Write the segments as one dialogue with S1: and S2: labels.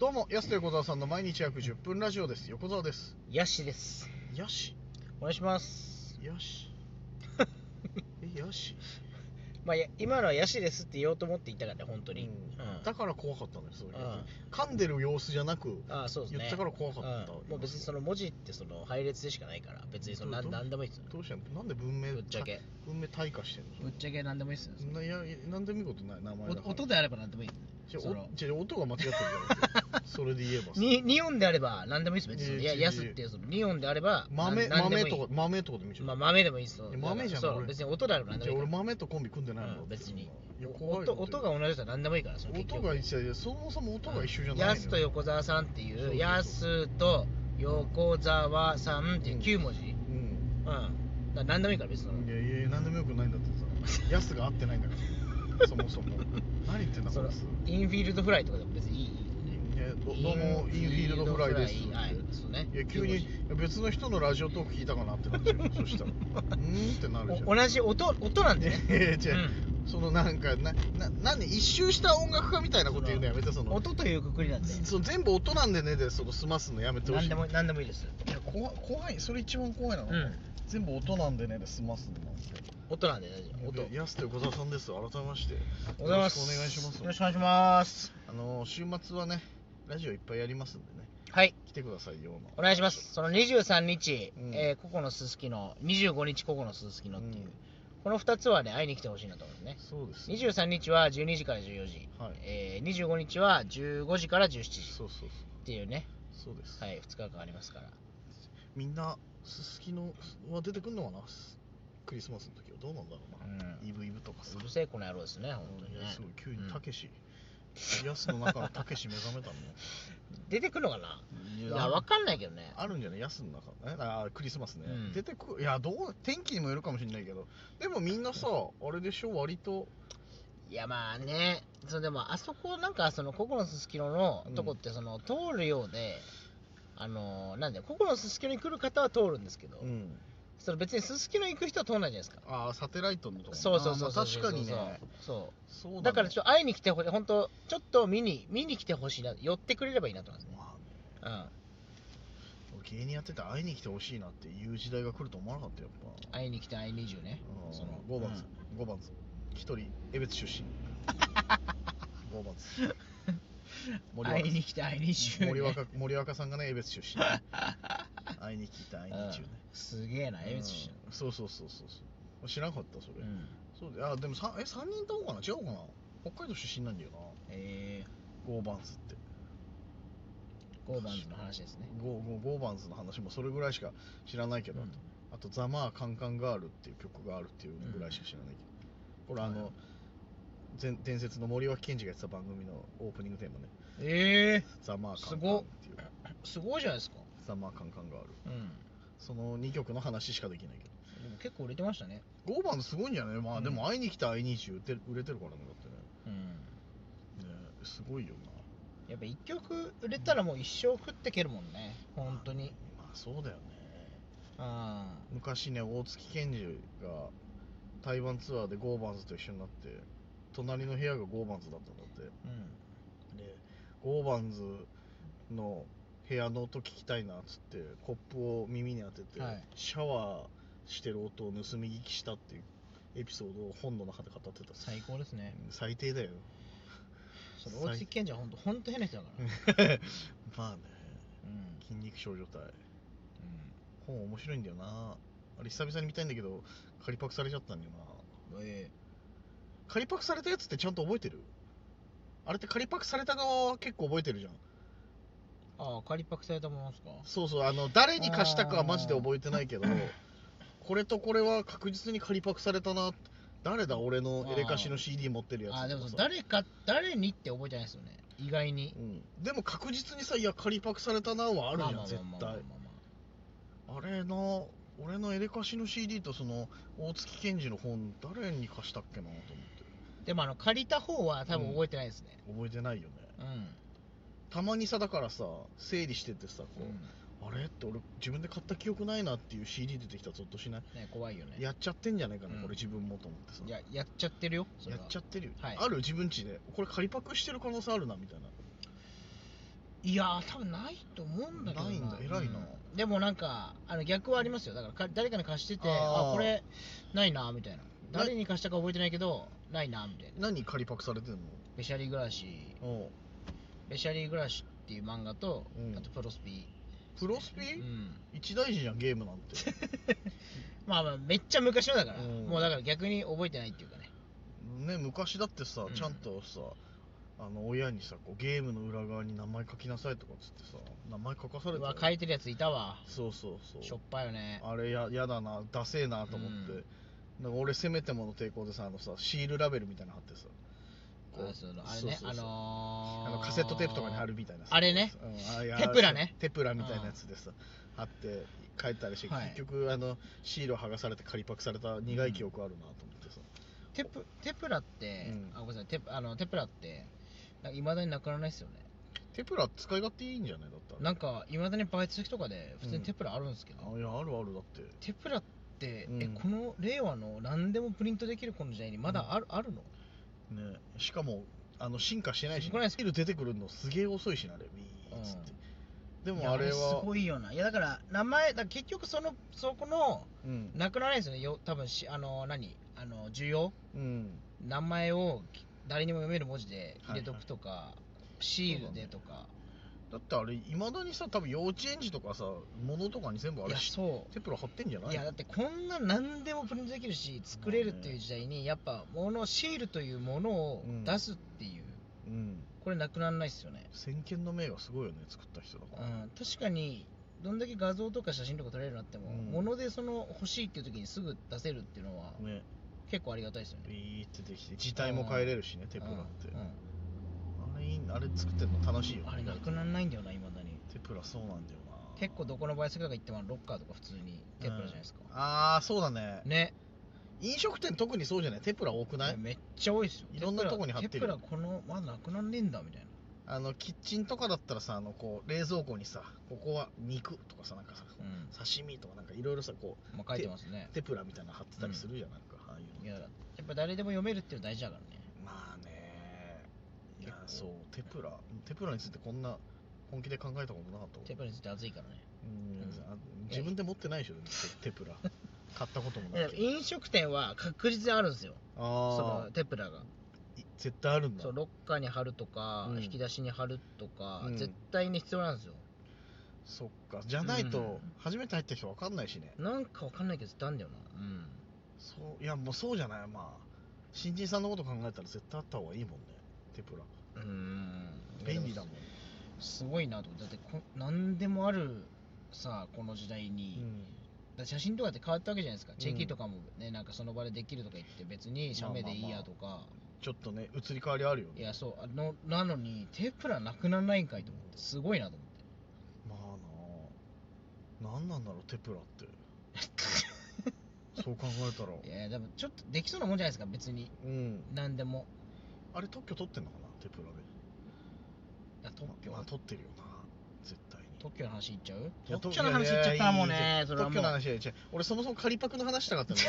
S1: どうも、安田横澤さんの毎日約10分ラジオです。横澤です。
S2: ヤシです。
S1: よし、
S2: お願いします。
S1: よ し。え、よし。
S2: まあ、や今のはヤシですって言おうと思って言ったからね、本当に。
S1: う
S2: うんん。
S1: だから怖かったんです、そうれ
S2: ん、あ
S1: 噛んでる様子じゃなく、
S2: あ、そうですね。
S1: 言ったから怖かった
S2: うんもう別にその文字ってその配列でしかないから、別にそのなん
S1: どう
S2: なんでもいいですよ。
S1: どうしたのなんで文明、
S2: ぶっちゃけ。
S1: 文明退化してん
S2: ぶっちゃけなんでもいいですよ。
S1: のないや、いやなんで見事ない、名前だから
S2: お音であればなんでもいい。
S1: じゃ
S2: その
S1: じゃ音が間違ってるから。それで言えばさ。
S2: に、日本であればなんでもいいですよ。別
S1: いや違
S2: に。いや、
S1: う
S2: ヤスっていうその日本であれば、
S1: 豆、
S2: なんなんで
S1: 豆
S2: もいい
S1: とか、豆とかで見ちゃう。
S2: まあ、豆でもいいですよ。
S1: いや豆じゃん
S2: そう、
S1: 俺
S2: 別に音であればなんで
S1: じゃあ
S2: もい
S1: 俺
S2: いか
S1: 豆とコンビ組んでない
S2: ら。
S1: も
S2: うんん、別に。
S1: いや怖い
S2: 音音が同じだったら何でもいいから、その結局
S1: 音が一緒でそもそも音が一緒じゃないの
S2: ヤスと横澤さんって
S1: そうそう
S2: い
S1: そう
S2: うヤスと横澤さんっていう9文字
S1: うん
S2: うんだから何でもいいから別に
S1: いやいや何でもよくないんだってさヤスが合ってないんだ からそもそも何言ってんだ
S2: そ
S1: こ
S2: の
S1: いつ
S2: インフィールドフライとかでも別にいい
S1: いやどどうもインフィールドフライです
S2: インフィールドフライはいそうね
S1: いや急にいや別の人のラジオトーク聞いたかなってなっちゃうよそしたらうーんってなるじゃん
S2: お同じ音音なんで
S1: いやいや違うそのなんかなななんで一周した音楽家みたいなこと言うのやめてその
S2: 音というくくりなんで
S1: その全部音なんでねでその済ますのやめてほしい
S2: 何でも何でもいいです
S1: いや怖怖いそれ一番怖いな、
S2: うん
S1: 全部音なんでねで済ますのなんて
S2: 音なんで大丈夫音
S1: やすと横澤さんです改めましてよ
S2: おはようございます
S1: ろしくお願いします
S2: よろしくお願いします
S1: あの週末はねラジオいっぱいやりますんでね
S2: はい
S1: 来てくださいよの
S2: お願いしますその23日、
S1: うん
S2: えー、ここのすすきの25日ここのすすきのっていう、
S1: うん
S2: この2つはね会いに来てほしいなと思いますね
S1: そうですね
S2: 23日は12時から14時、
S1: はい
S2: えー、25日は15時から17時
S1: そうそう
S2: っていうね、
S1: そうそうです、
S2: はい、2日間ありますから
S1: みんなすすきのは出てくんのかなすクリスマスの時はどうなんだろうな、
S2: うん
S1: イブイブとかさ
S2: うるせえこの野郎ですね本当
S1: うん
S2: に
S1: い
S2: ね
S1: やすごい急
S2: う
S1: に
S2: ん
S1: たけしやすの中のたけし目覚めたの
S2: 出てくるのかな
S1: い
S2: い
S1: や
S2: や分かんないけどね
S1: あるんじゃない安の中ねあークリスマスね、
S2: うん
S1: 出てくいやどう天気にもよるかもしれないけどでもみんなさあれでしょ割と
S2: いやまあねそれでもあそこなんかそのここのすすきののとこってその通るようで、あのーなんでここのすすきのに来る方は通るんですけど、
S1: うん
S2: それ別にすすきの行く人は通んないじゃないですか
S1: ああサテライトのとこ
S2: そうそうそうそう
S1: あーまあ確かにね
S2: そう
S1: そう
S2: だからち
S1: ょ
S2: ょっと会いに来てほしい本当ちょっと見に見に来てほしいな寄ってくれればいいなと思いますね
S1: まあ
S2: うん
S1: 芸人やってて会いに来てほしいなっていう時代が来ると思わなかったよやっぱ
S2: 会いに来て会いに20ね
S1: うん
S2: その
S1: 五番
S2: うん
S1: 五番一人江別 出身五番森
S2: 会い
S1: 若
S2: に来て会いに20ね
S1: 森若森若さんがね江別出 身会いに来て会いに中ね
S2: すげえな江別出身
S1: うんそうそうそうそうそう知らなかったそれ、
S2: うん
S1: そうであでもさえ三人ともかな違うかな北海道出身なんだよな
S2: え
S1: ゴーバンズって
S2: ー、5番の話ですね
S1: ゴーゴーゴーバンズの話もそれぐらいしか知らないけど、
S2: うん
S1: あと「ザ・マー・カンカン・ガール」っていう曲があるっていうぐらいしか知らないけど、これあの、
S2: はい
S1: 前伝説の森脇健児がやってた番組のオープニングテーマね
S2: え
S1: 「ザ・マー・カンカン」っていう
S2: ー、すごいじゃないですか
S1: 「ザ・マー・カンカン・ガール
S2: うん」
S1: その2曲の話しかできないけど
S2: でも結構売れてましたね
S1: ゴーバンズすごいんじゃないまあ、
S2: うん
S1: でも「会いに来た会いに中」って売れてるからねだってね
S2: うん
S1: ねすごいよな
S2: やっぱ1曲売れたらもう一生食ってけるもんね本当に
S1: まあそうだよね
S2: うん
S1: 昔ね大月健二が台湾ツアーでゴーバンズと一緒になって隣の部屋がゴーバンズだったんだって
S2: うん
S1: でゴーバンズの部屋の音聞きたいなっつってコップを耳に当てて、
S2: はい
S1: シャワーしてる音を盗み聞きしたっていうエピソードを本の中で語ってた
S2: 最高ですね
S1: 最低だよ
S2: それ大月健二は本当本当変な人だから
S1: まあね
S2: うん
S1: 筋肉少女隊本面白いんだよなあれ久々に見たいんだけど仮パクされちゃったんだよな
S2: うんえ
S1: 仮パクされたやつってちゃんと覚えてるあれって仮パクされた側は結構覚えてるじゃん
S2: ー、ああ仮パクされたものですか
S1: そうそうあの誰に貸したかはマジで覚えてないけどこれとこれは確実に仮パクされたな誰だ俺のエレカシの CD 持ってるやつ
S2: あーでも
S1: とかさ
S2: 誰か誰にって覚えてないですよね意外に
S1: うん、でも確実にさいや仮パクされたなはあるじゃん絶対あれな俺のエレカシの CD とその大月健二の本誰に貸したっけなと思って
S2: でもあの借りた方は多分覚えてないですね
S1: 覚えてないよね
S2: うん、
S1: たまにさだからさ整理しててさこう、
S2: うん
S1: あれって俺自分で買った記憶ないなっていう CD 出てきたらゾッとしない
S2: ね、怖いよね
S1: やっちゃってんじゃないかな、
S2: うん
S1: これ自分もと思ってさ
S2: いややっちゃってるよそれ
S1: や
S2: は
S1: っちゃってるよ、
S2: はい
S1: ある自分ちでこれ仮パクしてる可能性あるなみたいな
S2: いやー多分ないと思うんだけど
S1: ないんだ偉いな
S2: うんでもなんかあの逆はありますよだからか誰かに貸してて
S1: あ
S2: あ
S1: ー
S2: これないなみたいな誰に貸したか覚えてないけどないなみたいな
S1: 何借りパクされてんの
S2: 「ベシャリー暮らし」
S1: おう
S2: 「ベシャリー暮らし」っていう漫画と、
S1: うん
S2: あと「プロスピ
S1: プロスピ、
S2: ー」うん
S1: 一大事じゃんゲームなん て
S2: まあまあめっちゃ昔のだから、
S1: うん
S2: もうだから逆に覚えてないっていうかね
S1: ね昔だってさ
S2: うん
S1: ちゃんとさ、あの親にさこうゲームの裏側に名前書きなさいとかっつってさ名前書かされ
S2: う
S1: た
S2: わ
S1: よ
S2: 書いてるやついたわ
S1: そうそうそう
S2: しょっぱいよね
S1: あれややだなダセえなと思って、なんか俺せめてもの抵抗でさあのさシールラベルみたいなの貼ってさこう
S2: あそうだあれね
S1: そうそうそう
S2: あのー、
S1: あのカセットテープとかに貼るみたいなさ
S2: あれね、
S1: うんあいや
S2: テプラね
S1: テプラみたいなやつでさ貼って帰ったりして、
S2: はい
S1: 結局あのシールを剥がされて仮パクされた苦い記憶あるなと思ってさ、
S2: テプテプラって、
S1: うん
S2: あごめんなさいテプあのテプラっていまだになくならないですよね
S1: テプラ使い勝手いいんじゃないだったら
S2: なんかいまだにバイト先とかで普通
S1: う
S2: に
S1: ん
S2: テプラあるんですけど、
S1: あいやあるあるだって
S2: テプラって、
S1: うん
S2: えこの令和の何でもプリントできるこの時代にまだある,、あるの
S1: ねしかもあの進化してないし、
S2: すごいです
S1: スキル出てくるのすげえ遅いしなあれビーッつって、でもあれ
S2: いやす
S1: は
S2: ごいよないやだから名前だから結局そのそこの
S1: うん、
S2: なくならないですよねよ多分しあの何あの需要
S1: うん、
S2: 名前をき誰にも読める文字で入れとくとか、シールでとか、
S1: だってあれいまだにさ多分幼稚園児とかさ物とかに全部あ
S2: い
S1: れ
S2: や
S1: し
S2: そう
S1: テプラ貼ってんじゃない
S2: いやだってこんな何でもプリントできるし作れるっていう時代にやっぱものシールというものを出すっていう、
S1: うん
S2: これなくならないですよね、
S1: 先見の明がすごいよね作った人だ
S2: う
S1: から、
S2: ん、確かにどんだけ画像とか写真とか撮れるようになっても、
S1: うん
S2: ものでその欲しいっていう時にすぐ出せるっていうのは
S1: ね
S2: 結構ありがたいですよね
S1: ビーってできて字体も変えれるしねテプラって、
S2: うんうん
S1: あれいいあれ作ってんの楽しいよね
S2: あれなくならないんだよないまだに
S1: テプラそうなんだよな
S2: 結構どこのバイト先とか行ってもロッカーとか普通にテープラじゃないですか、
S1: ああそうだね
S2: ね
S1: 飲食店特にそうじゃないテプラ多くない、
S2: めっちゃ多いですよ
S1: いろんなとこに貼ってる
S2: テプラテプラこのまだなくなんねえんだみたいな
S1: あのキッチンとかだったらさあのこう冷蔵庫にさここは肉とかさなんかさ、
S2: うん
S1: 刺身とかなんかいろいろさこ
S2: まあ書いてますね
S1: うテプラみたいなの貼ってたりするじゃん、なんかああいうの
S2: いややっぱ誰でも読めるっていうの大事だからね
S1: まあねいや
S2: 結
S1: そう
S2: 構
S1: テプラテプラについてこんな本気で考えたことなかったわ
S2: テープについて熱いからね
S1: うん
S2: うん
S1: あ自分で持ってないでしょでもテテ プラ買ったこともないけど
S2: 飲食店は確実にあるんですよそ
S1: あ
S2: のテプラが
S1: あ絶対あるんだ
S2: そうロッカーに貼るとか、
S1: うん
S2: 引き出しに貼るとか、
S1: うん
S2: 絶対に必要なんですよ
S1: そっかじゃないと、
S2: うん
S1: 初めて入った人分かんないしね
S2: なんかわかんないけど絶対あんだよなうん
S1: そういやもうそうじゃないまあ新人さんのこと考えたら絶対あった方がいいもんねテプラ
S2: うーん
S1: 便利だ
S2: も
S1: もん、
S2: んすごいなと思ってだってこ何でもあるさこの時代に、
S1: うん
S2: だって写真とかって変わったわけじゃないですか、
S1: ん
S2: チェキとかもねなんかその場でできるとか言って別に写メでいいやとか、
S1: ちょっとね移り変わりあるよ
S2: い
S1: ね
S2: やそうあのなのにテープラなくならないんかいと思ってすごいなと思って
S1: まあな何なんだろうテプラって そう考えたら
S2: いやでもちょっとできそうなもんじゃないですか別に
S1: うん
S2: 何でも
S1: あれ特許取ってんのかなテプラで
S2: いや特許、
S1: まあ取ってるよな絶対に
S2: 特許の話いっちゃ
S1: いや
S2: う特許の話いっちゃったらもう
S1: いやいやい
S2: ね
S1: や
S2: それは
S1: 特許
S2: もう
S1: の話じゃない違う俺そもそも仮パクの話したか ったのよ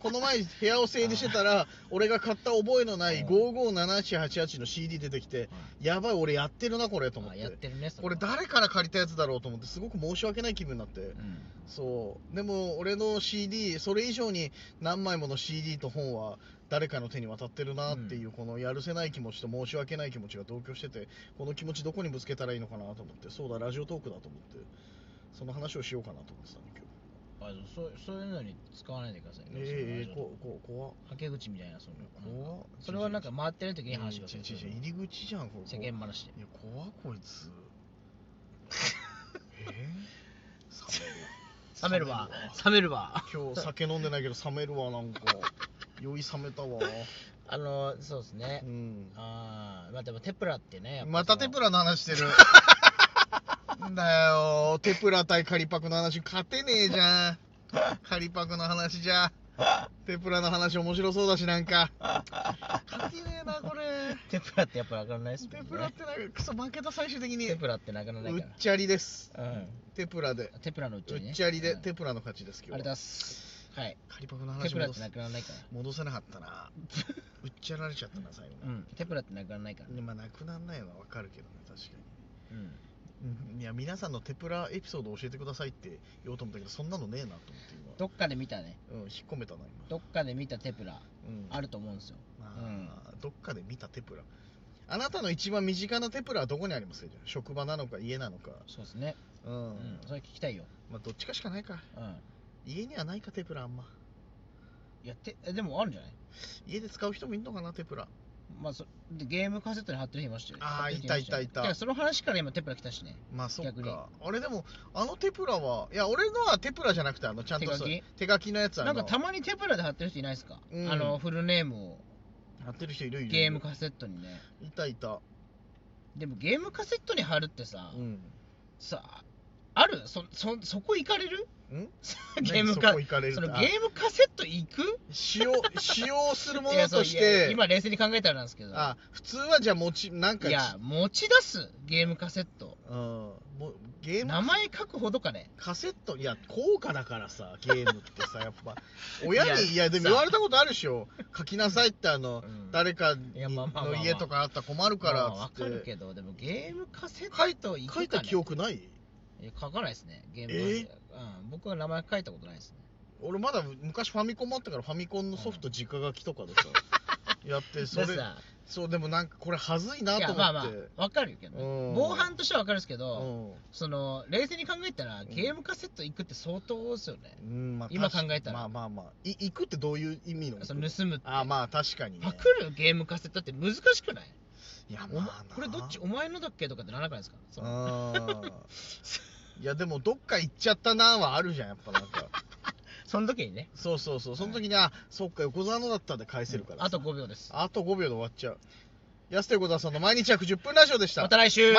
S1: この前部屋を整理してたら俺が買った覚えのない
S2: うん
S1: 557888の CD 出てきてやばい俺やってるなこれと思っ
S2: あ
S1: て
S2: やってるねそ
S1: これ
S2: は
S1: 誰から借りたやつだろうと思ってすごく申し訳ない気分になって
S2: うん
S1: そうでも俺の CD それ以上に何枚もの CD と本は誰かの手に渡ってるなっていう、このやるせない気持ちと申し訳ない気持ちが同居しててこの気持ちどこにぶつけたらいいのかなと思ってそうだラジオトークだと思ってその話をしようかなと思ってたんだけど
S2: あそうそういうのに使わないでくださいね
S1: えええ
S2: その
S1: ここ怖っ
S2: はけ口みたいなその
S1: 怖っ
S2: それはなんか回ってる時に話してく
S1: ちょ
S2: ださい
S1: ちょちょ入り口じゃんこ
S2: 世
S1: れ
S2: 間話で
S1: いや怖っこい つえー
S2: 冷めるわ冷めるわ
S1: 今日酒飲んでないけど冷めるわなんか酔い冷めたわ
S2: あのそうですね
S1: うん
S2: ああまあでもテプラってねやっぱ
S1: またテプラの話してるんだよテプラ対カリパクの話勝てねえじゃんカリパクの話じゃテプラの話面白そうだしなんか勝てねえなこれ
S2: そのテプラってやっぱなくならないですもんね
S1: テプラってなんかクソ負けた最終的に
S2: テ
S1: う
S2: プラってなくならない
S1: っ
S2: か
S1: ちゃりです
S2: らうん
S1: テプラで
S2: テプラのうっち
S1: う
S2: ゃりね
S1: っちゃりで
S2: うん
S1: テプラの勝ちです
S2: あ
S1: 今日
S2: りがとうございま
S1: は
S2: す。はい。
S1: カリパクの
S2: テ
S1: 話
S2: プラっ
S1: 戻
S2: て
S1: せ
S2: なくならないか
S1: 戻せなかった なうっちゃられちゃったな最後
S2: ら。うん。テプラってなくならないから。
S1: まあなくなんないのはわかるけどね確かに
S2: うん
S1: うんいや皆さんのテプラエピソードを教えてくださいって言おうと思ったけどそんなのねえなと思って今
S2: どっかで見たね
S1: うん、引っ込めたな今、
S2: どっかで見たテプラ
S1: うん、
S2: あると思うんですよ
S1: あーどっかで見たテプラあなたの一番身近なテプラはどこにありますか職場なのか家なのか
S2: そうですね
S1: うん、
S2: うんそれ聞きたいよ
S1: まあどっちかしかないか
S2: うん
S1: 家にはないかテプラあんま
S2: いやてえでもあるんじゃない
S1: 家で使う人もいるのかなテプラ
S2: まあそでゲームカセットに貼ってる人いましたよ
S1: あー
S2: 貼ってる人ましよね
S1: いたいたいた
S2: だからその話から今テプラ来たしね
S1: まあそっ
S2: 逆に
S1: かあれでもあのテプラはいや俺のはテプラじゃなくてあのちゃんとそう
S2: 手書き
S1: 手書きのやつあ
S2: な
S1: の
S2: んかたまにテプラで貼ってる人いないですか、
S1: うん
S2: あのフルネームを
S1: やってる人いるいる
S2: ゲームカセットにね
S1: いたいた
S2: でもゲームカセットに貼るってさ、
S1: うん
S2: さあるそそそこ行かれる
S1: ん
S2: ゲーム
S1: 何そ
S2: カ
S1: こ行かれる
S2: その
S1: あ
S2: ゲームカセット行く
S1: 使 用使用するも
S2: いや
S1: の
S2: そう
S1: と
S2: い
S1: し
S2: や
S1: て
S2: 今冷静に考えたらなんですけど
S1: あ普通はじゃあ持ちなんか
S2: いや持ち出すゲームカセット
S1: うんもうゲーム
S2: 名前書くほどかね
S1: カセットいや高価だからさゲームってさやっ ぱ親にいや
S2: いや
S1: でも
S2: さ
S1: 言われたことあるでしょ書きなさいってあの、
S2: うん
S1: 誰か
S2: いやまあまあまあ
S1: の家とかあったら困るから
S2: まあわ
S1: っつ
S2: か
S1: っ
S2: る
S1: て、
S2: けどでもゲームカセッ
S1: 書い
S2: ト行くか、
S1: 書
S2: ね、
S1: いた記憶ない
S2: いや書かないですねゲーム
S1: え
S2: うん、僕は名前書いたことないですね
S1: 俺まだ昔ファミコン持ったからファミコンのソフト直書きとかで さ、やってそれ
S2: だってさ
S1: そうでもなんかこれはずいない
S2: や
S1: と思って、
S2: まあまあわかるけどね、
S1: うん
S2: 防犯としてはわかるんですけど、
S1: うん
S2: その冷静に考えたら
S1: ん
S2: ゲームカセット行くって相当ですよね、
S1: うんまあ、
S2: 今考えたら
S1: まあまあまあい行くってどういう意味の
S2: その盗むって
S1: あまあ確かにね
S2: パクるゲームカセットって難しくない
S1: いや
S2: お
S1: ま
S2: 前
S1: あな
S2: これどっちお前のだっけとかってならなくないですかその
S1: うんいやでもどっか行っちゃったなはあるじゃんやっぱなん か
S2: その時にね
S1: そうそうそうその時に、あそっか横澤のだったんで返せるから、
S2: あと5秒です
S1: あと5秒で終わっちゃう安手横澤さんの毎日約10分ラジオでした
S2: また来週